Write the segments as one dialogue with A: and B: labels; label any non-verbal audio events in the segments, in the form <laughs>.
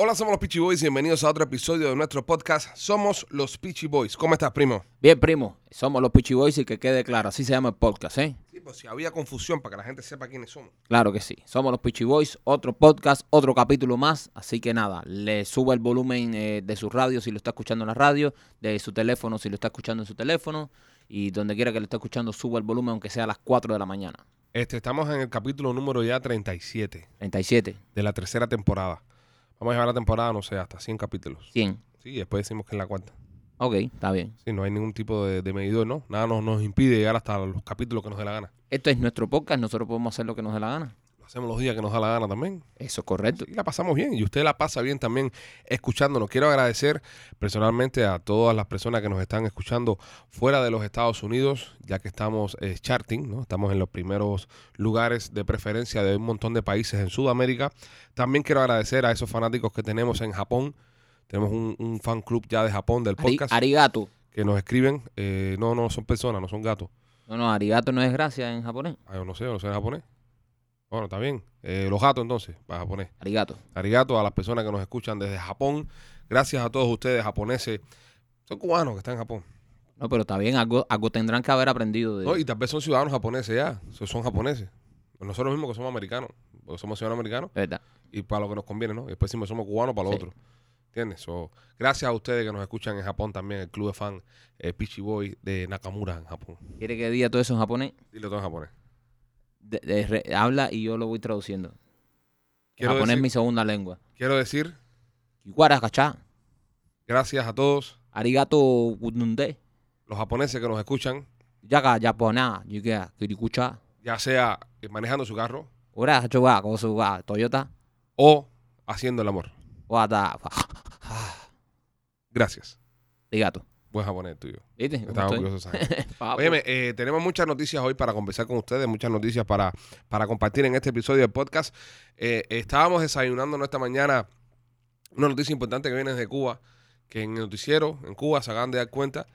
A: Hola, somos los Peachy Boys. Bienvenidos a otro episodio de nuestro podcast. Somos los Peachy Boys. ¿Cómo estás, primo?
B: Bien, primo, somos los Pichi Boys y que quede claro, así se llama el podcast, ¿eh?
A: Sí, pues si había confusión para que la gente sepa quiénes somos.
B: Claro que sí, somos los Pichi Boys, otro podcast, otro capítulo más, así que nada, le suba el volumen eh, de su radio si lo está escuchando en la radio, de su teléfono si lo está escuchando en su teléfono, y donde quiera que lo esté escuchando, suba el volumen aunque sea a las 4 de la mañana.
A: Este, estamos en el capítulo número ya 37
B: 37,
A: de la tercera temporada. Vamos a llevar la temporada, no sé, hasta 100 capítulos.
B: 100,
A: Sí, y después decimos que es la cuarta.
B: ok, está bien.
A: Sí, no hay ningún tipo de, de medidor, ¿no? Nada nos, nos impide llegar hasta los capítulos que nos dé la gana.
B: Esto es nuestro podcast, nosotros podemos hacer lo que nos dé la gana.
A: Lo hacemos los días que nos da la gana también.
B: Eso es correcto.
A: Y la pasamos bien. Y usted la pasa bien también escuchándonos. Quiero agradecer personalmente a todas las personas que nos están escuchando fuera de los Estados Unidos, ya que estamos eh, charting, ¿no? Estamos en los primeros lugares de preferencia de un montón de países en Sudamérica. También quiero agradecer a esos fanáticos que tenemos en Japón. Tenemos un, un fan club ya de Japón del
B: Ari-
A: podcast
B: arigato.
A: que nos escriben. Eh, no, no son personas, no son gatos.
B: No, no, arigato no es gracia en japonés.
A: Ah, yo no sé, yo no sé en japonés. Bueno, está bien. Eh, los gatos entonces, para japonés.
B: Arigato.
A: Arigato a las personas que nos escuchan desde Japón. Gracias a todos ustedes, japoneses. Son cubanos que están en Japón.
B: No, pero está bien, algo, algo tendrán que haber aprendido de...
A: No, y tal vez son ciudadanos japoneses ya. So- Son japoneses. Nosotros mismos que somos americanos. Porque somos ciudadanos americanos.
B: ¿Verdad?
A: Y para lo que nos conviene, ¿no? Y después decimos somos cubanos para lo
B: Sí.
A: otro. ¿Entiendes? So, gracias a ustedes que nos escuchan en Japón también. El club de fan eh, Pichi Boy de Nakamura en Japón.
B: ¿Quiere que diga todo eso en japonés?
A: Dile todo en japonés.
B: De- de- re- habla y yo lo voy traduciendo.
A: Quiero
B: japonés es
A: decir-
B: mi segunda lengua.
A: Quiero decir
B: Kiwara kachá,
A: gracias a todos
B: arigato gununde,
A: los japoneses que nos escuchan,
B: yaga japoná, yuga kirikucha,
A: ya sea eh, manejando su carro
B: ora hachoga, kosuga, toyota,
A: o haciendo el amor.
B: wata,
A: Gracias.
B: <laughs> arigato.
A: Buen japonés el tuyo.
B: ¿Viste? ¿Cómo
A: Estaba
B: estoy? Ah, pues.
A: orgulloso,
B: <laughs>
A: Sánchez.
B: Papo.
A: Óyeme, eh, tenemos muchas noticias hoy para conversar con ustedes, muchas noticias para, para compartir en este episodio del podcast. Eh, estábamos desayunando esta mañana una noticia importante que viene desde Cuba, que en el noticiero en Cuba se acaban de dar cuenta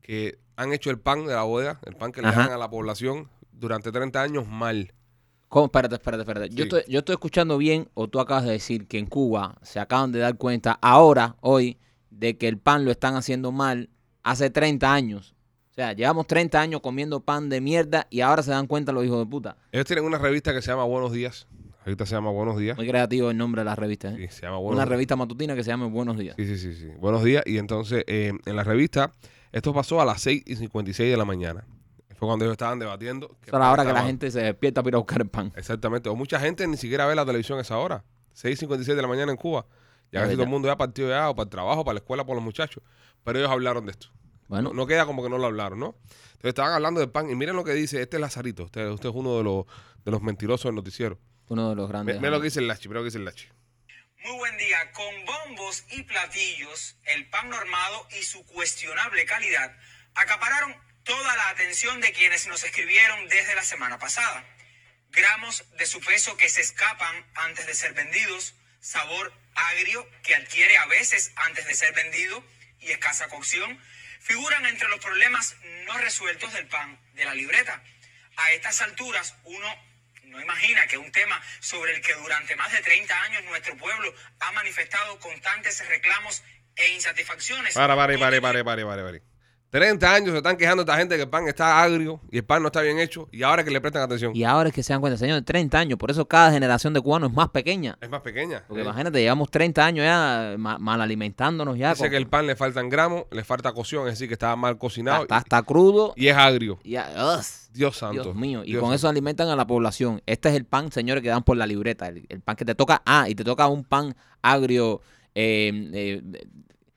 A: que han hecho el pan de la bodega, el pan que le
B: Ajá.
A: dan a la población durante 30 años mal.
B: ¿Cómo? Espérate, espérate, espérate. Yo,
A: Sí.
B: estoy, yo estoy escuchando bien o tú acabas de decir que en Cuba se acaban de dar cuenta ahora, hoy, de que el pan lo están haciendo mal hace 30 años. O sea, llevamos 30 años comiendo pan de mierda y ahora se dan cuenta los hijos de puta.
A: Ellos tienen una revista que se llama Buenos Días. Ahorita se llama Buenos Días.
B: Muy creativo el nombre de la revista. ¿eh?
A: Sí, se llama
B: Una
A: Buenos Días.
B: revista matutina que se llama Buenos Días.
A: Sí, sí, sí, sí. Buenos días. Y entonces, eh, en la revista, esto pasó a las 6 y 56 de la mañana. Fue cuando ellos estaban debatiendo. que
B: Esa es la hora que la
A: estaban-
B: gente se despierta para ir a buscar el pan.
A: Exactamente. O mucha gente ni siquiera ve la televisión a esa hora. 6 y 56 de la mañana en Cuba. Ya casi todo
B: Es
A: el
B: verdad.
A: mundo ya partido ya, o para el trabajo, para la escuela, por los muchachos. Pero ellos hablaron de esto.
B: Bueno,
A: No, no queda como que no lo hablaron, ¿no? Entonces estaban hablando del pan. Y miren lo que dice, este es Lazarito. Usted, usted es uno de los, de los mentirosos del noticiero.
B: uno de los
A: Mi-
B: grandes.
A: Miren lo que dice el Lachi, miren lo que dice el Lachi.
C: Muy buen día. Con bombos y platillos, el pan normado y su cuestionable calidad acapararon toda la atención de quienes nos escribieron desde la semana pasada. Gramos de su peso que se escapan antes de ser vendidos, sabor agrio que adquiere a veces antes de ser vendido y escasa cocción, figuran entre los problemas no resueltos del pan de la libreta. A estas alturas uno no imagina que un tema sobre el que durante más de 30 años nuestro pueblo ha manifestado constantes reclamos e insatisfacciones.
A: Para, para, para, para, para, para, para. 30 años se están quejando esta gente que el pan está agrio y el pan no está bien hecho y ahora que le prestan atención.
B: Y ahora es que se dan cuenta, señor, 30 años. Por eso cada generación de cubanos es más pequeña.
A: Es más pequeña.
B: Porque
A: Eh,
B: imagínate, llevamos 30 años ya ma- mal alimentándonos ya.
A: Dice
B: con-
A: que el pan le faltan gramos, le falta cocción, es decir, que está mal
B: está,
A: cocinado
B: está- está crudo.
A: y, y es agrio.
B: y ya- ugh,
A: Dios santo.
B: Dios mío. Y
A: Dios
B: con
A: santo.
B: eso alimentan a la población. Este es el pan, señores, que dan por la libreta. El, el pan que te toca. Ah, y te toca un pan agrio eh, eh,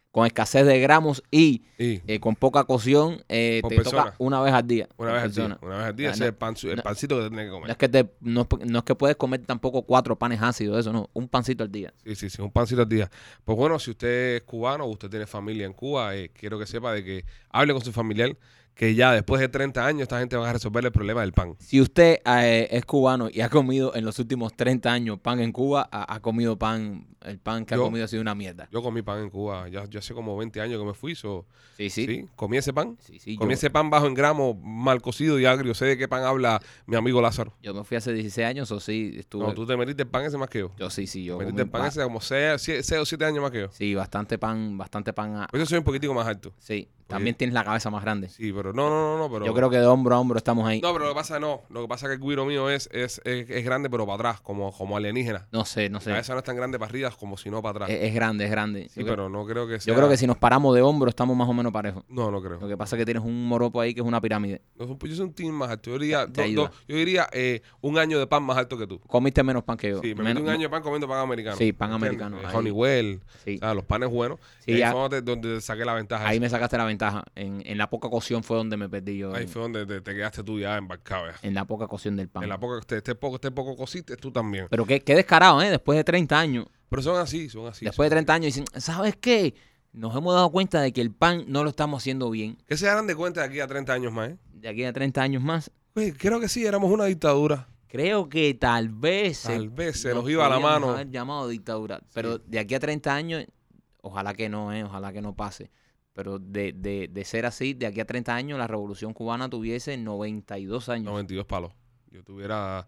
B: con escasez de gramos y
A: Y
B: eh, con poca cocción. eh,
A: Por
B: te
A: persona.
B: toca una vez al día.
A: una
B: por
A: vez al día,
B: persona.
A: una vez al día,
B: Ya,
A: ese
B: no-
A: es el, pan, el
B: no-
A: pancito que tiene que
B: No
A: comer.
B: es, que te- no, es- no es que puedes comer tampoco cuatro panes ácidos, eso no, un pancito al día.
A: Sí, sí, sí, un pancito al día. Pues bueno, si usted es cubano o usted tiene familia en Cuba, eh, quiero que sepa de que hable con su familiar que ya después de 30 años esta gente va a resolver el problema del pan.
B: Si usted eh, es cubano y ha comido en los últimos 30 años pan en Cuba, ha, ha comido pan, el pan que
A: Yo-
B: ha comido ha sido una mierda.
A: Yo comí pan en Cuba, ya, ya hace como 20 años que me fui, so,
B: Sí, sí.
A: ¿sí? comí ese pan.
B: Sí, sí,
A: comí
B: yo-
A: ese pan bajo en gramo, mal cocido y agrio. Sé de qué pan habla mi amigo Lázaro.
B: Yo me fui hace 16 años, o sí, estuve.
A: No, tú te metiste el pan ese más que yo.
B: Yo sí, sí, yo.
A: Te metiste
B: comí
A: el pan
B: pa-
A: ese como 6 o 7 años más que yo.
B: Sí, bastante pan, bastante pan. a-
A: Pues yo soy un poquitico más alto.
B: Sí, también tienes la cabeza más grande.
A: Sí, pero no, no, no, no, pero...
B: Yo creo que de hombro a hombro estamos ahí.
A: No, pero lo que pasa no. Lo que pasa es que el guiro mío es, es, es, es grande, pero para atrás, como, como alienígena.
B: No sé, no sé.
A: La
B: Es,
A: cabeza no es tan grande para arriba como si no para atrás.
B: es grande, es grande.
A: sí,
B: Eh, yo, creo,
A: pero no creo que sea...
B: yo creo que si nos paramos de hombro estamos más o menos parejos.
A: No, no creo.
B: Lo que pasa es que tienes un moropo ahí que es una pirámide.
A: No, son- yo soy un team más alto. Yo diría, do-
B: Te ayuda.
A: do- yo diría eh, un año de pan más alto que tú.
B: Comiste menos pan que yo.
A: Sí, me metí
B: menos,
A: un año de pan comiendo pan americano.
B: Sí, pan
A: ¿entiendes?
B: americano,
A: Eh,
B: ahí.
A: Honeywell,
B: Sí.
A: o sea, los panes buenos.
B: Sí,
A: ahí
B: ya.
A: fue donde, donde saqué la ventaja.
B: Ahí
A: esa.
B: me sacaste la ventaja. En, en la poca cocción fue donde me perdí yo.
A: Ahí
B: en,
A: fue donde te, te quedaste tú ya embarcado. ya.
B: en la poca cocción del pan.
A: En la poca, este, este poco, este poco cosiste tú también.
B: Pero qué, qué descarado, ¿eh? Después de 30 años.
A: Pero son así, son así.
B: después de
A: son así.
B: 30 años dicen, ¿sabes qué? Nos hemos dado cuenta de que el pan no lo estamos haciendo bien.
A: ¿Qué se darán de cuenta de aquí a 30 años más? eh?
B: De aquí a 30 años más,
A: Pues, creo que sí, éramos una dictadura.
B: creo que tal vez... se-
A: Tal vez se nos iba la
B: podíamos
A: mano.
B: haber llamado dictadura. Pero de aquí a 30 años, ojalá que no, ¿eh? Ojalá que no pase. Pero de, de, de ser así, de aquí a 30 años, la revolución cubana tuviese 92 años.
A: 92 palos. Yo tuviera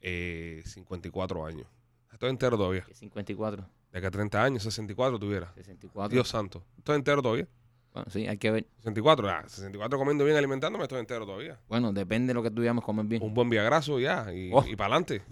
A: eh, 54 años. Estoy entero todavía.
B: 54,
A: De acá a 30 años, 64 tuviera.
B: 64.
A: Dios santo. Estoy entero todavía.
B: Bueno, sí, hay que ver.
A: 64, ah, 64 comiendo bien, alimentándome, estoy entero todavía.
B: Bueno, depende de lo que tuviéramos comer bien.
A: Un buen viagraso ya, y,
B: Oh.
A: para
B: <laughs>
A: adelante.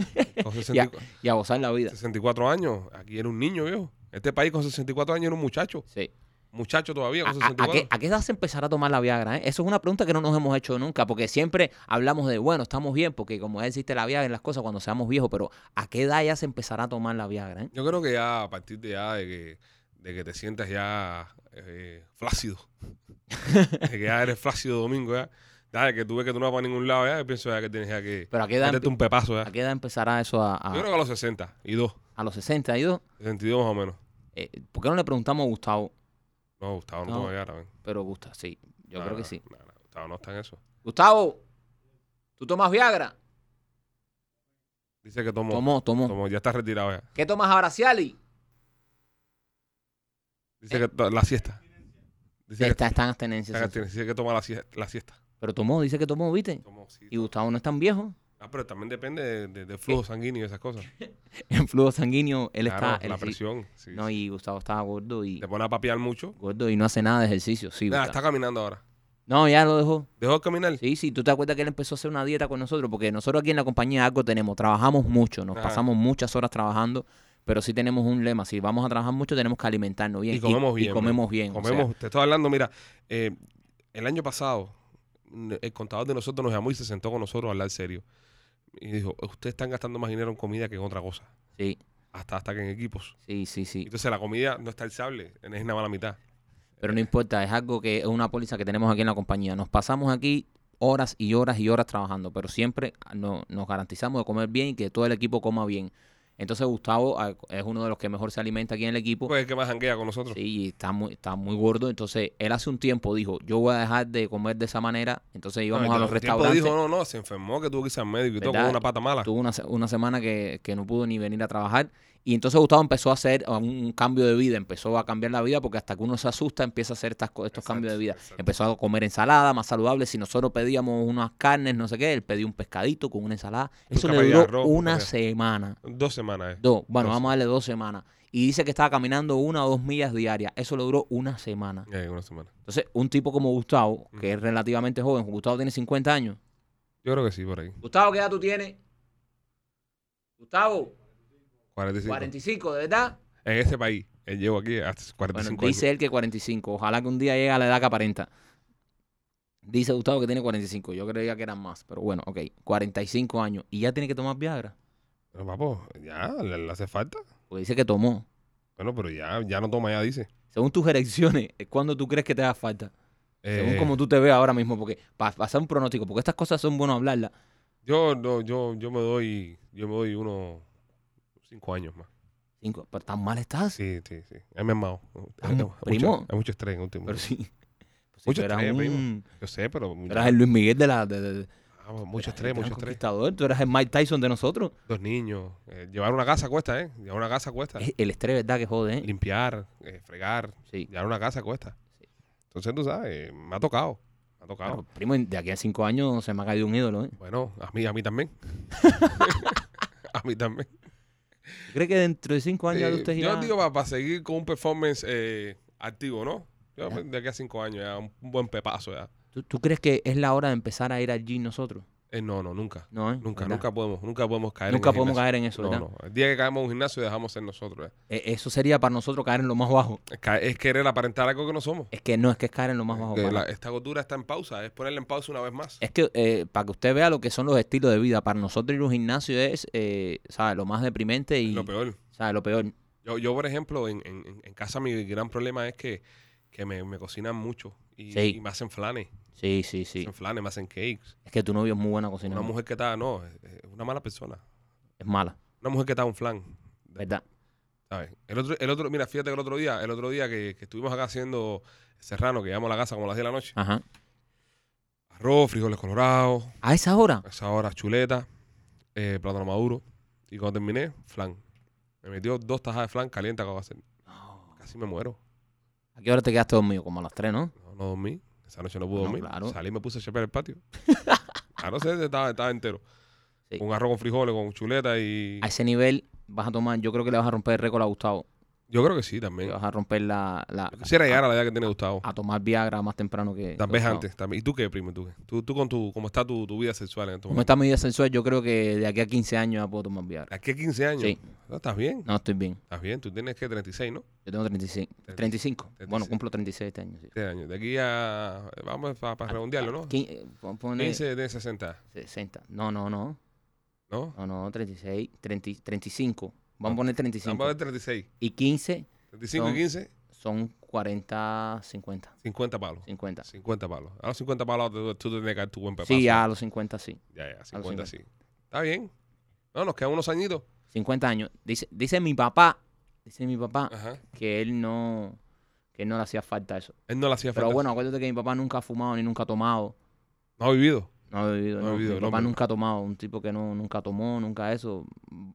A: Con
B: Ya.
A: 64,
B: Y a gozar la vida.
A: 64 años, aquí era un niño, viejo. Este país con 64 años era un muchacho.
B: Sí.
A: Muchacho todavía
B: ¿A,
A: con
B: a- a
A: 64.
B: qué, a qué edad se empezará a tomar la Viagra? eh? Eso es una pregunta que no nos hemos hecho nunca, porque siempre hablamos de, bueno, estamos bien, porque como ya existe la Viagra en las cosas cuando seamos viejos, pero ¿a qué edad ya se empezará a tomar la Viagra? eh?
A: Yo creo que ya a partir de ya de que, de que te sientas ya eh,
B: <laughs>
A: flácido, de que ya eres flácido domingo ya, ya de que tú ves que tú no vas para ningún lado ya, yo pienso ya que tienes ya que
B: Pero ¿a qué edad,
A: meterte un pepazo ya.
B: a qué edad empezará eso a, a-
A: Yo creo que a los 60 y 2,
B: a los 62?
A: 62 más o menos.
B: Eh, ¿Por qué no le preguntamos a Gustavo?
A: No, Gustavo no,
B: No.
A: toma Viagra, ven.
B: Pero Gustavo, sí, yo
A: No,
B: creo
A: no,
B: que sí.
A: no, no, Gustavo no está en eso.
B: Gustavo, ¿tú tomas Viagra?
A: Dice que tomó.
B: Tomó, tomó.
A: tomó, ya está retirado ya.
B: ¿Qué tomas ahora, Ciali?
A: Dice que to- la siesta. Dice que,
B: Está, está en abstenencia.
A: está en
B: sí, sí.
A: abstinencia, dice que toma la, sie- la siesta.
B: Pero tomó, dice que tomó, ¿viste?
A: Tomó, sí.
B: Y Gustavo no es tan viejo. <laughs>
A: Ah, pero también depende de- de- del flujo sanguíneo y esas cosas.
B: En flujo sanguíneo, él
A: Claro,
B: está... él
A: la
B: sí-
A: presión. sí,
B: No,
A: sí.
B: y Gustavo estaba gordo y
A: Te pone a papear mucho.
B: gordo y no hace nada de ejercicio. Sí,
A: Nada,
B: Gustavo.
A: está caminando ahora.
B: No, ya lo dejó.
A: ¿Dejó de caminar?
B: Sí, sí, tú te acuerdas que él empezó a hacer una dieta con nosotros, porque nosotros aquí en la compañía algo tenemos, trabajamos mucho, nos
A: Ajá.
B: pasamos muchas horas trabajando, pero sí tenemos un lema, si vamos a trabajar mucho tenemos que alimentarnos bien.
A: Y comemos bien.
B: Y comemos
A: man.
B: bien. o sea,
A: Comemos, te estoy hablando, mira, eh, el año pasado, n- el contador de nosotros nos llamó y se sentó con nosotros a hablar serio. Y dijo, ustedes están gastando más dinero en comida que en otra cosa.
B: sí,
A: Hasta, hasta que en equipos.
B: sí, sí, sí.
A: Entonces la comida no está alzable, es nada más la mitad.
B: Pero no importa, es algo que es una póliza que tenemos aquí en la compañía. Nos pasamos aquí horas y horas y horas trabajando, pero siempre no- nos garantizamos de comer bien y que todo el equipo coma bien. Entonces Gustavo ah, es uno de los que mejor se alimenta aquí en el equipo.
A: Pues es el que más janguea con nosotros.
B: Sí, y está muy, está muy gordo. Entonces, él hace un tiempo dijo, yo voy a dejar de comer de esa manera. Entonces íbamos
A: No,
B: a
A: y
B: los
A: todo el tiempo
B: restaurantes.
A: dijo, no, no, se enfermó, que tuvo que irse al médico y todo, con
B: ¿Verdad?
A: una pata mala.
B: Tuvo una, se- una semana que, que no pudo ni venir a trabajar. Y entonces Gustavo empezó a hacer un, un cambio de vida, empezó a cambiar la vida porque hasta que uno se asusta empieza a hacer estas, co- estos
A: Exacto,
B: cambios de vida.
A: exacto.
B: Empezó a comer ensalada más saludable. Si nosotros pedíamos unas carnes, no sé qué, él pedía un pescadito con una ensalada.
A: Nunca
B: Eso le
A: pedía
B: duró
A: arroz, nunca
B: una
A: pedía-
B: semana.
A: Dos semanas. eh.
B: Dos, bueno,
A: Dos.
B: vamos a darle dos semanas. Y dice que estaba caminando una o dos millas diarias. Eso le duró una semana.
A: Eh, una semana.
B: Entonces, un tipo como Gustavo,
A: Ujú.
B: que es relativamente joven, Gustavo tiene 50 años.
A: Yo creo que sí, por ahí.
B: Gustavo, ¿qué edad tú tienes? Gustavo,
A: 45.
B: 45, ¿de verdad?
A: En ese país. Él llevo aquí hasta 45
B: bueno, dice
A: años.
B: él que 45. Ojalá que un día llegue a la edad que aparenta. Dice Gustavo que tiene 45. Yo creía que eran más, pero bueno, ok. 45 años. ¿Y ya tiene que tomar Viagra?
A: Pero papo, ya, le, le hace falta.
B: Porque dice que tomó.
A: Bueno, pero ya, ya no toma ya, dice.
B: Según tus erecciones, ¿cuándo tú crees que te haga falta? Según
A: Eh,
B: como tú te veas ahora mismo, porque para hacer un pronóstico, porque estas cosas son buenas hablarlas.
A: Yo, no, yo, yo me doy, yo me doy unos cinco años más.
B: Cinco, pero tan mal estás.
A: Sí, sí, sí. He mermado.
B: Estamos, Ah. primo.
A: Hay mucho estrés en último.
B: Pero sí. tú
A: Mucho
B: eras
A: estrés, primo.
B: un-
A: Yo sé, pero...
B: tú eras el Luis Miguel de la. de- de- de-
A: Ah, mucho
B: tú eras
A: estrés,
B: el gran
A: mucho estrés.
B: conquistador, Tú eras el Mike Tyson de nosotros.
A: Los niños. eh, llevar una casa cuesta, ¿eh? Llevar una casa cuesta.
B: Es- El estrés, ¿verdad? Que jode, ¿eh?
A: Limpiar, eh, fregar.
B: Sí.
A: Llevar una casa cuesta. Entonces, tú sabes, eh, me ha tocado. Me ha tocado.
B: Claro, primo, de aquí a cinco años se me ha caído un ídolo, ¿eh?
A: Bueno, a mí, a mí
B: <laughs>
A: también. a mí también.
B: ¿Cree que dentro de cinco años ya
A: Eh,
B: usted
A: yo
B: irá?
A: digo para seguir con un performance eh, activo, ¿no? Yo,
B: Ya.
A: de aquí a cinco años ya, un buen pepazo ya.
B: ¿Tú, tú crees que es la hora de empezar a ir al gym nosotros?
A: Eh, no, no, nunca.
B: No, ¿eh?
A: Nunca,
B: ¿Verdad?
A: nunca podemos, nunca podemos caer
B: Nunca
A: en el
B: podemos
A: gimnasio.
B: caer en eso, ¿verdad?
A: No, no. El día que caemos en un gimnasio dejamos ser nosotros. ya.
B: Eh, Eso sería para nosotros caer en lo más bajo.
A: Es, ca- es querer aparentar algo que no somos.
B: Es que no, es que es caer en lo más bajo.
A: Que
B: para-
A: la- esta gordura está en pausa, es ponerla en pausa una vez más.
B: Es que eh, para que usted vea lo que son los estilos de vida, para nosotros ir a un gimnasio es, eh, ¿sabe? Lo más deprimente y,
A: Es lo peor.
B: ¿sabe? Lo peor.
A: Yo, yo por ejemplo, en, en- en- en casa mi gran problema es que, que me, me cocinan mucho y,
B: Sí.
A: y me hacen flanes.
B: Sí, sí, sí.
A: Me hacen flanes, me hacen cakes.
B: Es que tu novio es muy buena
A: Una
B: cocinando.
A: mujer que está, no, es- es una mala persona.
B: Es mala,
A: Una mujer que está un flan.
B: ¿verdad?
A: ¿sabes? El otro, el otro, mira, fíjate que el otro día, el otro día que, que estuvimos acá haciendo serrano, que llegamos a la casa como a las 10 de la noche.
B: Ajá.
A: Arroz, frijoles colorados,
B: A esa hora.
A: a esa hora chuleta, eh, plátano maduro. Y cuando terminé, flan. Me metió dos tajas de flan caliente acabo de hacer. Casi me muero.
B: ¿A qué hora te quedaste dormido? Como a las tres, ¿no?
A: No, no dormí. Esa noche no pude
B: Ah, No,
A: dormir.
B: claro.
A: Salí y me puse a chepear el
B: <laughs>
A: patio. claro, sé, estaba, estaba entero.
B: Sí.
A: Con arroz con frijoles, con chuleta y...
B: A ese nivel vas a tomar, yo creo que le vas a romper el récord a Gustavo.
A: Yo creo que sí
B: Le
A: también.
B: vas a romper la... la-
A: Yo quisiera llegar a la edad que tiene Gustavo.
B: a tomar Viagra más temprano que...
A: Tal vez
B: ah, Gustavo.
A: antes. También. ¿Y tú qué, primo? ¿Tú, qué? ¿Tú, tú con tu, cómo está tu, tu vida sexual en este estos
B: Como
A: momentos?
B: está mi vida sensual, yo creo que de aquí a 15 años ya puedo tomar Viagra.
A: Aquí a 15 años.
B: Sí.
A: No, estás bien.
B: No, estoy bien.
A: Estás bien. Tú tienes que 36, ¿no?
B: Yo tengo 35. 35. Bueno,
A: 36.
B: cumplo 36 este año. Sí.
A: 36 años. De aquí a. Vamos para
B: Ah,
A: redondearlo, ¿no?
B: Quin- eh, pon- pone
A: 15 de 60,
B: 60. No, no, no.
A: ¿no?
B: No, no, 36. 30, 35. Vamos
A: Ah,
B: a
A: Vamos
B: poner
A: a
B: 35.
A: ver 36.
B: Y 15
A: 35 y
B: Son-
A: 15,
B: son 40, 50.
A: 50 palos.
B: 50.
A: 50 palos. A los 50 palos tú, tú tienes que dar tu buen pepazo.
B: Sí, ya a los 50 sí.
A: Ya, ya, 50, sí. Está bien. No, nos quedan unos añitos.
B: 50 años. Dice, dice mi papá, dice mi papá
A: Ajá.
B: que él no que no le hacía falta eso.
A: Él no le hacía falta.
B: Pero bueno, acuérdate que mi papá nunca ha fumado ni nunca ha tomado.
A: No ha vivido.
B: No ha bebido,
A: No ha
B: no.
A: bebido,
B: Mi
A: no,
B: papá
A: pero-
B: nunca ha tomado, un tipo que no nunca tomó, nunca eso.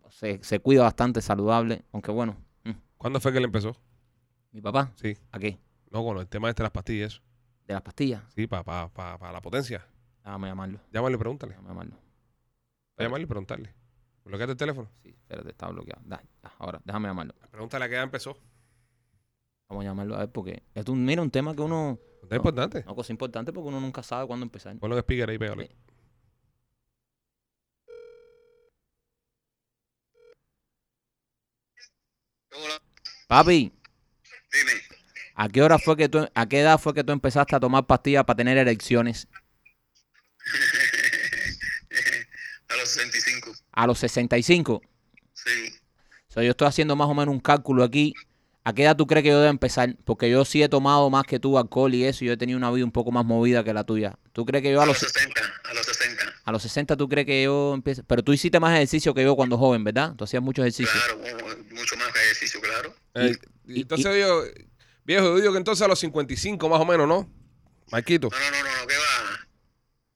B: Se, se cuida bastante, saludable, aunque bueno. mm,
A: ¿Cuándo fue que él empezó?
B: Mi papá,
A: Sí.
B: ¿a qué?
A: No, con el tema este de las pastillas. eso.
B: De las pastillas.
A: Sí, para la potencia.
B: Déjame llamarlo,
A: Llámale y pregúntale.
B: déjame llamarlo.
A: Llámale y preguntarle. Bloqueate el teléfono.
B: Sí, espérate, está bloqueado. Da, ya, ahora, déjame llamarlo.
A: Pregúntale a qué edad empezó.
B: Vamos a llamarlo a ver porque es un, mira, un tema que uno,
A: Es importante.
B: una cosa importante porque uno nunca sabe cuándo empezar.
A: Ponlo en speaker ahí, pégale.
D: Hola,
B: Papi,
D: dime. <laughs>
B: ¿A qué hora fue que tú, a qué edad fue que tú empezaste a tomar pastillas para tener erecciones?
D: A los 65,
B: A los 65.
D: sí.
B: So, yo estoy haciendo más o menos un cálculo aquí. ¿A qué edad tú crees que yo debo empezar? Porque yo sí he tomado más que tú alcohol y eso. y Yo he tenido una vida un poco más movida que la tuya. ¿Tú crees que yo
D: A
B: a
D: los
B: los,
D: 60, a los 60.
B: a los 60 tú crees que yo empiezo? Pero tú hiciste más ejercicio que yo cuando joven, ¿verdad? Tú hacías mucho ejercicio.
D: Claro, mu- mucho más que ejercicio, claro.
A: Eh,
B: y-
A: entonces yo, viejo, yo digo que entonces a los 55 más o menos, ¿no? Marquito.
D: No, no, no, no, no, que va.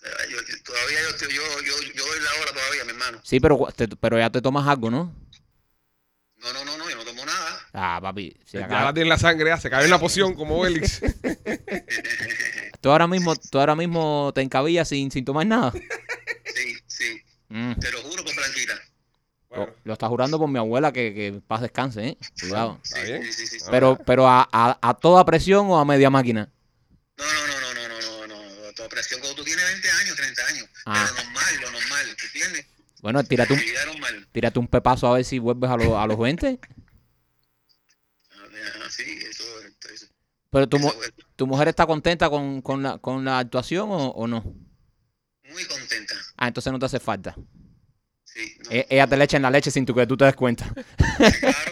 D: Eh, Yo, yo- todavía yo, estoy- yo, yo, yo doy la hora todavía, mi hermano.
B: Sí, pero, cu- te- pero ya te tomas algo, ¿no?
D: No, no, no, no, yo no tomo nada.
B: Ah, papi. si
A: Ya
B: acá-
A: la tiene la sangre, ya se cae en la poción
B: <laughs>
A: como Félix.
B: tú, ahora mismo, tú ahora mismo te encabillas sin, sin tomar nada.
D: Sí, sí,
B: Mm.
D: te lo juro por Franquita.
B: Lo, lo está jurando por mi abuela que, que en paz descanse, ¿eh? Cuidado.
D: Sí,
A: Está bien. Ah.
D: Sí, sí, sí, sí.
B: Pero, pero a, a- a toda presión o a media máquina.
D: No, no, no, no, no, no, no, no. Tu presión cuando tú tienes 20 años, 30 años.
B: Ah.
D: Pero normal, lo normal, ¿tú entiendes?
B: Bueno, tírate un,
D: Mi vida normal.
B: tírate un pepazo a ver si vuelves a, los- a los 20.
D: Ah, Sí, eso, eso,
B: Pero tu, mu-
D: eso es
B: tu mujer está contenta con, con la, con la actuación o, o no.
D: muy contenta.
B: Ah, entonces no te hace falta.
D: Sí, no,
B: E- ella te le echa en la leche sin tú que tú te des cuenta. <laughs>
D: claro.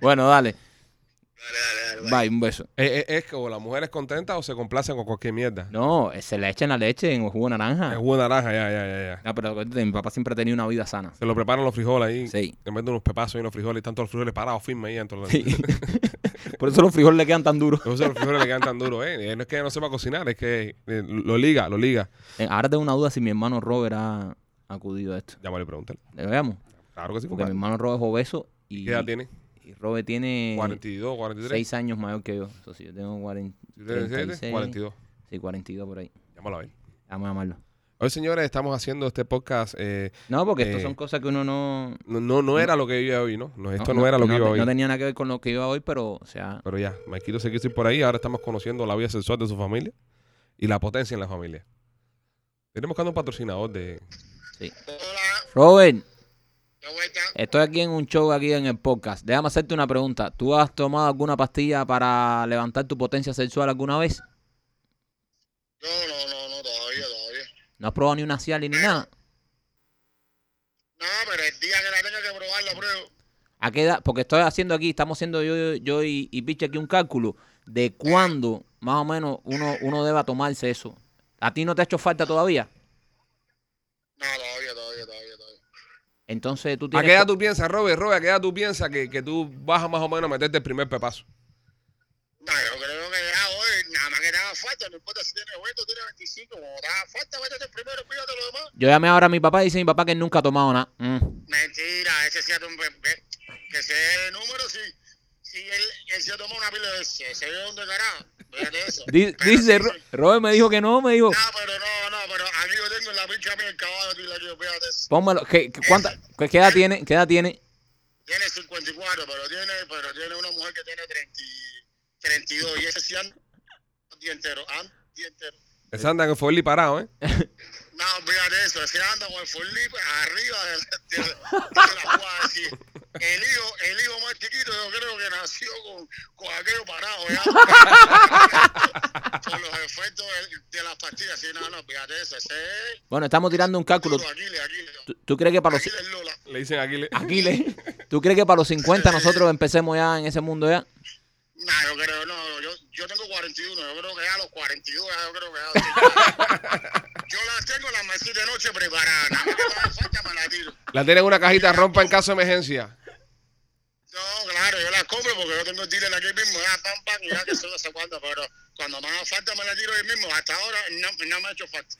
B: Bueno, dale.
D: Dale, dale, dale. bye.
B: Bye, un beso.
A: Eh, eh, es que o las mujeres contentas o se complacen con cualquier mierda.
B: No, eh, se le echa en la leche en el jugo de
A: Es
B: naranja.
A: jugo de naranja, ya, ya, ya, ya.
B: No, pero acuérdate, mi papá siempre ha tenido una vida sana.
A: Se lo preparan los frijoles ahí.
B: Sí.
A: <laughs> Le meten unos pepazos y unos frijoles y están todos los frijoles parados firmes ahí dentro de la-
B: Sí. <laughs> Por eso los frijoles le quedan tan duros.
A: Por eso los frijoles le quedan tan duros, ¿eh? No es que no sepa cocinar, es que eh, lo liga, lo liga.
B: Eh, ahora tengo una duda si mi hermano Robert ha acudido a esto.
A: Llámale y pregúntale.
B: Le veamos.
A: Claro que sí,
B: Porque mi
A: compadre.
B: hermano Robert es obeso y,
A: ¿Qué edad tiene?
B: y Robert tiene
A: 42, 43.
B: 6 años mayor que yo. Eso sí, yo tengo 40,
A: 37,
B: 36,
A: 42.
B: Sí, 42 por ahí.
A: Llámalo a ver.
B: Vamos a llamarlo.
A: Hoy, señores, estamos haciendo este podcast. eh,
B: No, porque esto
A: Eh,
B: son cosas que uno no...
A: no, no, no era lo que yo iba hoy, ¿no? no esto no, era lo que
B: no,
A: iba
B: te-
A: hoy.
B: No tenía nada que ver con lo que iba hoy, pero, o sea,
A: Pero ya, Maikito se quiso ir por ahí. Ahora estamos conociendo la vida sexual de su familia y la potencia en la familia. Tenemos buscando un patrocinador de.
B: sí.
D: Hola,
B: Robert,
D: de vuelta.
B: estoy aquí en un show aquí en el podcast. Déjame hacerte una pregunta. ¿Tú has tomado alguna pastilla para levantar tu potencia sexual alguna vez?
D: No, no, no, no, todavía, todavía.
B: ¿No has probado ni una Cialis ni nada?
D: No, pero el día que la tenga que probar, la pruebo.
B: ¿A qué edad? Porque estoy haciendo aquí, estamos haciendo yo, yo y, y Piche aquí un cálculo de cuándo más o menos uno, uno deba tomarse eso. ¿A ti no te ha hecho falta todavía?
D: No, todavía, todavía, todavía, todavía.
B: Entonces tú
A: ¿A
B: tienes...
A: qué edad tú piensas, Robert? Robert, ¿a qué edad tú piensas que, que tú vas a más o menos a meterte el primer pepazo?
D: No, yo creo que ya hoy, nada más que nada falta, no importa si tiene 20 o tiene 25, como da falta, métete el primero, cuídate lo demás.
B: Yo llamé ahora a mi papá y dice mi papá que él nunca ha tomado nada. Mm.
D: Mentira, ese se ha tomado, que ese número sí, sí, él, él se ha tomado una pila de ese, se ve donde carajo, fíjate eso.
B: Di-
D: Pero
B: Dice,
D: sí,
B: Ro-
D: sí.
B: Robert me dijo que no, me dijo...
D: No, pero no, no, pero a mí yo tengo en la pincha mía el caballo, tío, la que yo, fíjate eso.
B: Pónmelo. ¿Qué, qué- cuánta, qué, qué edad tiene? ¿Qué edad tiene?
D: Tiene 54, pero tiene, pero tiene una mujer que tiene 30, 32 y ese sí anda el día entero, anda el día entero.
A: Esa anda que fue el parado, ¿eh?
D: No, fíjate eso, ese anda con el forlip arriba de, de- de la cuadra. así. El hijo, el hijo más chiquito yo creo que nació con, con aquello parado ya. Con los efectos del- de, las pastillas, sí, no, no, fíjate eso, ese es
B: Bueno, estamos tirando un cálculo.
D: duro, Aquiles, Aquiles.
B: ¿Tú, tú crees que para los...
D: Aquiles Lola.
A: Le dicen aquí. le-
B: Aquiles, ¿tú crees que para los 50 nosotros empecemos ya en ese mundo ya?
D: No, yo creo, no, yo, yo tengo 41, yo creo que ya a los 42, ya yo creo que ya. yo las tengo las mesas de noche preparadas, nada más que me haga falta me las tiro.
A: <laughs> La tienen en una cajita rompa en caso de emergencia.
D: No, claro, yo las compro porque yo tengo el dealer aquí mismo, ya pam, pam, y ya que eso no sé cuánto, pero cuando me haga falta me las tiro yo mismo, hasta ahora no, no me ha hecho falta.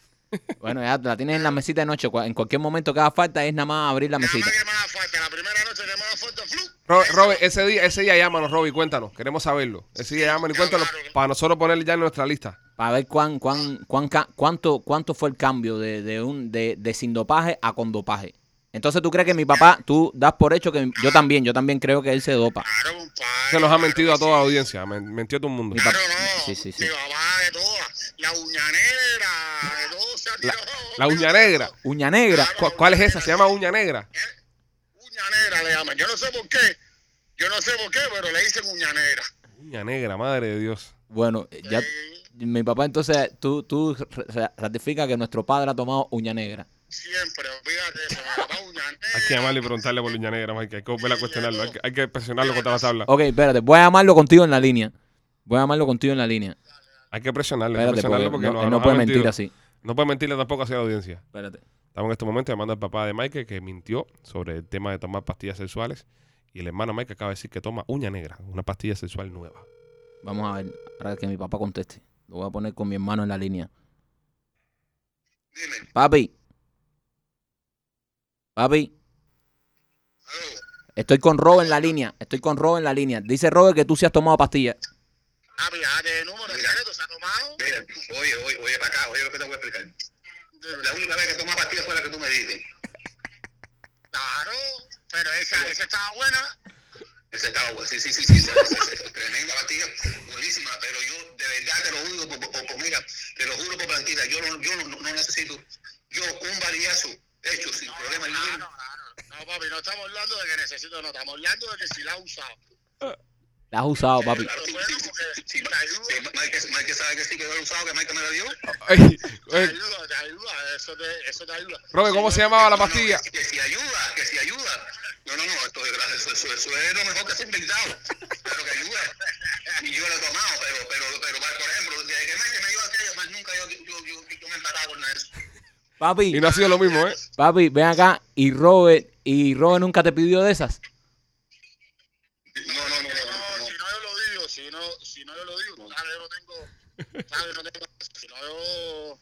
B: Bueno, ya la tienes en la mesita de noche. cua- En cualquier momento que haga falta es nada más abrir
A: Ah,
B: la
D: Nada
B: mesita.
D: más que me haga falta, la primera noche que me haga falta, flu.
A: Robert, Robert, ese día, ese día llámanos, Robert, y cuéntanos. Queremos saberlo. Ese día llámanos y cuéntanos para nosotros ponerle ya en nuestra lista.
B: Para ver cuán, cuán, cuán ca- cuánto, cuánto fue el cambio de, de un de, de sin dopaje a con dopaje. Entonces tú crees que mi papá, tú das por hecho que mi- yo también, yo también creo que él se dopa.
D: Claro, compadre.
A: Que nos ha
D: claro
A: mentido a
D: sí.
A: toda la audiencia. men- Mentió a todo el mundo.
B: papá-
D: Claro, no.
B: Sí, sí, sí.
D: Mi papá de todas. La uña negra, de todo se ha tirado.
A: La uña negra.
B: Uña negra.
A: ¿Cu- ¿Cuál es esa? Se llama uña negra.
D: ¿Eh? Uña negra le llaman. Yo no sé por qué. Yo no sé por qué, pero le dicen uña negra.
A: Uña negra, madre de Dios.
B: Bueno, ya
D: Eh,
B: mi papá entonces tú, tú ra- ratificas que nuestro padre ha tomado uña negra.
D: siempre, olvídate de
A: <laughs>
D: eso. Mi papá uña negra.
A: Hay que llamarle y preguntarle por Luña Negra, Mike. Hay que volver a cuestionarlo. Hay que, hay que presionarlo contra la tabla.
B: Ok, espérate, voy a llamarlo contigo en la línea. Voy a llamarlo contigo en la línea.
A: Hay que presionarlo. Hay que
B: Espérate, porque
A: presionarlo porque
B: no,
A: nos-
B: él no
A: nos ha
B: puede
A: mentido.
B: mentir así.
A: No puede mentirle tampoco hacia la audiencia.
B: Espérate.
A: Estamos en este momento llamando al papá de Mike que mintió sobre el tema de tomar pastillas sexuales. Y el hermano Mike acaba de decir que toma uña negra, una pastilla sexual nueva.
B: Vamos a ver, para que mi papá conteste. Lo voy a poner con mi hermano en la línea.
D: Dime.
B: Papi. Papi.
D: aló.
B: Estoy con Rob en la línea. Estoy con Rob en la línea. Dice Rob que tú sí has tomado pastillas.
D: Ah, fíjate de número.
E: Mira.
D: Fíjate, se ha tomado.
E: Mira, oye, oye, oye, para acá, oye lo que te voy a explicar. La única vez que tomaba pastillas fue la que tú me diste.
D: Claro. Pero esa, esa estaba buena.
E: Ese estaba bueno. Sí, sí, sí, sí. esa- esa- esa- Tremenda pastilla, buenísima. Pero yo, de verdad, te lo juro, por, por- por- mira, te lo juro por plantilla. Yo, no, yo no, no necesito. Yo, un varillazo hecho sin problema ninguno.
D: Claro, claro. No, papi, no estamos hablando de que necesito, no. Estamos hablando de que si la ha usado.
B: Las has usado, papi.
E: Claro, sí,
D: Bueno,
E: sí, sí,
D: porque
E: sí, sí.
D: te ayuda.
E: Eh, Mike, Mike sabe que sí, que yo lo he usado, que Mike me la dio.
D: Te ayuda, te ayuda. Eso te, eso te ayuda.
A: Robert, Eh. ¿cómo se llamaba la pastilla?
E: Que si ayuda, que si ayuda. No, no, no, esto es gracias. Eso, eso- eso es lo mejor que se ha inventado. Claro que ayuda. Y yo lo he tomado, pero, pero, pero, por ejemplo, desde que más que me dio aquello, más nunca yo, yo, yo, yo me empataba con nada de eso.
A: Y
B: Papi,
A: no ha sido lo mismo, ¿eh?
B: papi, ven acá. Y Robert, y Robert nunca te pidió de esas.
E: No, no, no, no.
D: No,
E: no,
D: si no yo lo digo, porque si no, si no yo lo digo, tú sabes, yo no tengo, sabes, no tengo, si no yo,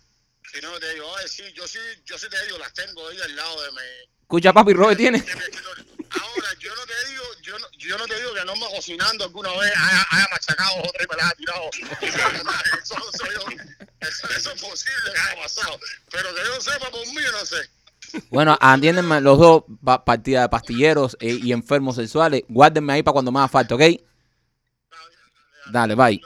D: si no te digo, oye, sí, yo sí, yo sí te digo, las tengo ahí al lado de mi,
B: Escucha, papi, Robert Pues tiene.
D: de mi escritorio. Ahora, yo no te digo, yo no, yo no te digo que no me cocinando alguna vez haya, haya machacado otra y me la haya tirado. <laughs> Eso, no soy yo. Eso- eso es posible que haya pasado, pero que yo sepa por mí, yo no sé.
B: <laughs> Bueno, atiéndenme los dos, pa- partida de pastilleros eh, y enfermos sexuales. Guárdenme ahí para cuando más haga falta, ¿ok? Dale, bye.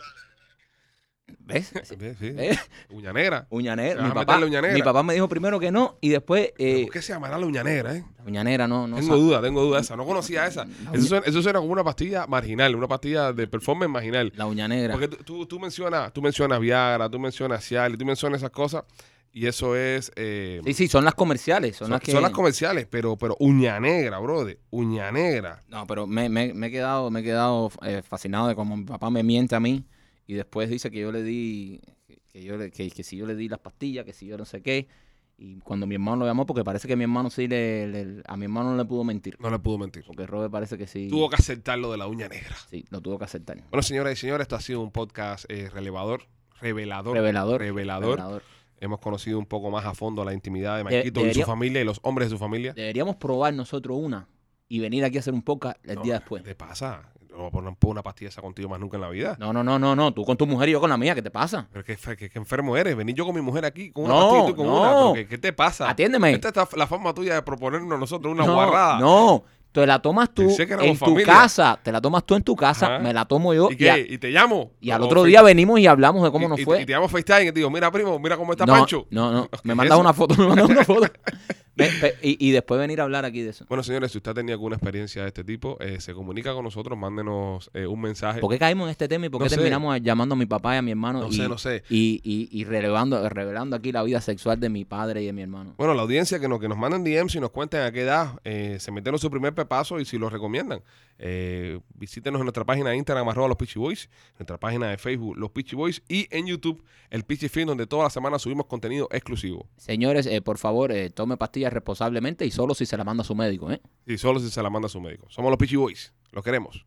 B: ¿Ves?
A: Sí, sí.
B: ¿Eh?
A: Uña negra.
B: Uña
A: Te vas
B: negra.
A: a
B: Mi
A: meter
B: papá,
A: la uña negra.
B: mi papá me dijo primero que no y después... Eh,
A: ¿Por qué se llamará la uña negra, eh?
B: uña negra, no, no.
A: Tengo
B: sabe.
A: duda, tengo duda de esa. No conocía esa. Eso suena, eso suena como una pastilla marginal, una pastilla de performance marginal.
B: La uña negra.
A: Porque tú, tú, tú mencionas, tú mencionas Viagra, tú mencionas Cialis, tú mencionas esas cosas y eso es... eh,
B: Sí, sí, son las comerciales. Son,
A: son,
B: las que...
A: son las comerciales, pero, pero uña negra, brother. Uña negra.
B: No, pero me, me- me he quedado, me he quedado eh, fascinado de cómo mi papá me miente a mí y después dice que yo le di, que, que yo le- que- que si yo le di las pastillas, que si yo no sé qué. Y cuando mi hermano lo llamó, porque parece que mi hermano sí le, le- a mi hermano no le pudo mentir.
A: No le pudo mentir.
B: Porque Robert parece que sí.
A: Tuvo que aceptar lo de la uña negra.
B: Sí, lo tuvo que aceptar.
A: Bueno, señoras y señores, esto ha sido un podcast eh, relevador, revelador.
B: Revelador.
A: Revelador.
B: Revelador.
A: Hemos conocido un poco más a fondo la intimidad de
B: De-
A: Maquito y su
B: debería-
A: familia y los hombres de su familia.
B: Deberíamos probar nosotros una y venir aquí a hacer un podcast el
A: No,
B: día después.
A: ¿Qué te pasa? No voy a poner por una pastilla esa contigo más nunca en la vida.
B: No, no, no, no, no. Tú con tu mujer y yo con la mía, ¿qué te pasa?
A: Pero qué, fe- qué- qué enfermo eres. Vení yo con mi mujer aquí con una
B: No,
A: pastilla y tú con
B: no.
A: una. Pero ¿qué, qué te pasa?
B: Atiéndeme.
A: Esta es la forma tuya de proponernos nosotros una
B: no,
A: guarrada.
B: No, te la tomas tú
A: Pensé que éramos
B: en tu
A: familia.
B: casa. Te la tomas tú en tu casa,
A: Ajá.
B: me la tomo yo.
A: ¿Y
B: y
A: qué?
B: a-
A: ¿Y te llamo?
B: Y al
A: O
B: otro
A: fe-
B: día venimos y hablamos de cómo
A: y-
B: nos
A: y-
B: fue.
A: Y te llamo FaceTime y te digo, mira, primo, mira cómo está
B: no,
A: Pancho.
B: no, no. Me
A: ¿Qué
B: mandas
A: es
B: una foto, me mandas
A: <laughs>
B: una foto. Ve, ve, y, y después venir a hablar aquí de eso.
A: Bueno, señores, si usted ha tenido alguna experiencia de este tipo, eh, se comunica con nosotros, mándenos eh, un mensaje.
B: ¿Por qué caímos en este tema y por qué
A: No sé.
B: terminamos llamando a mi papá y a mi hermano?
A: No
B: y,
A: sé, no sé.
B: Y, y, y relevando, revelando aquí la vida sexual de mi padre y de mi hermano.
A: Bueno, la audiencia que nos, que nos manden DMs y nos cuenten a qué edad eh, se metieron su primer pepazo y si los recomiendan. Eh, visítenos en nuestra página de Instagram, arroba los Peachy Boys, nuestra página de Facebook, los Peachy Boys, y en YouTube, el Peachy Film, donde toda la semana subimos contenido exclusivo.
B: Señores, eh, por favor, eh, tome pastillas responsablemente y solo si se la manda a su médico, ¿eh?
A: Y solo si se la manda a su médico. Somos los Peachy Boys. Los queremos.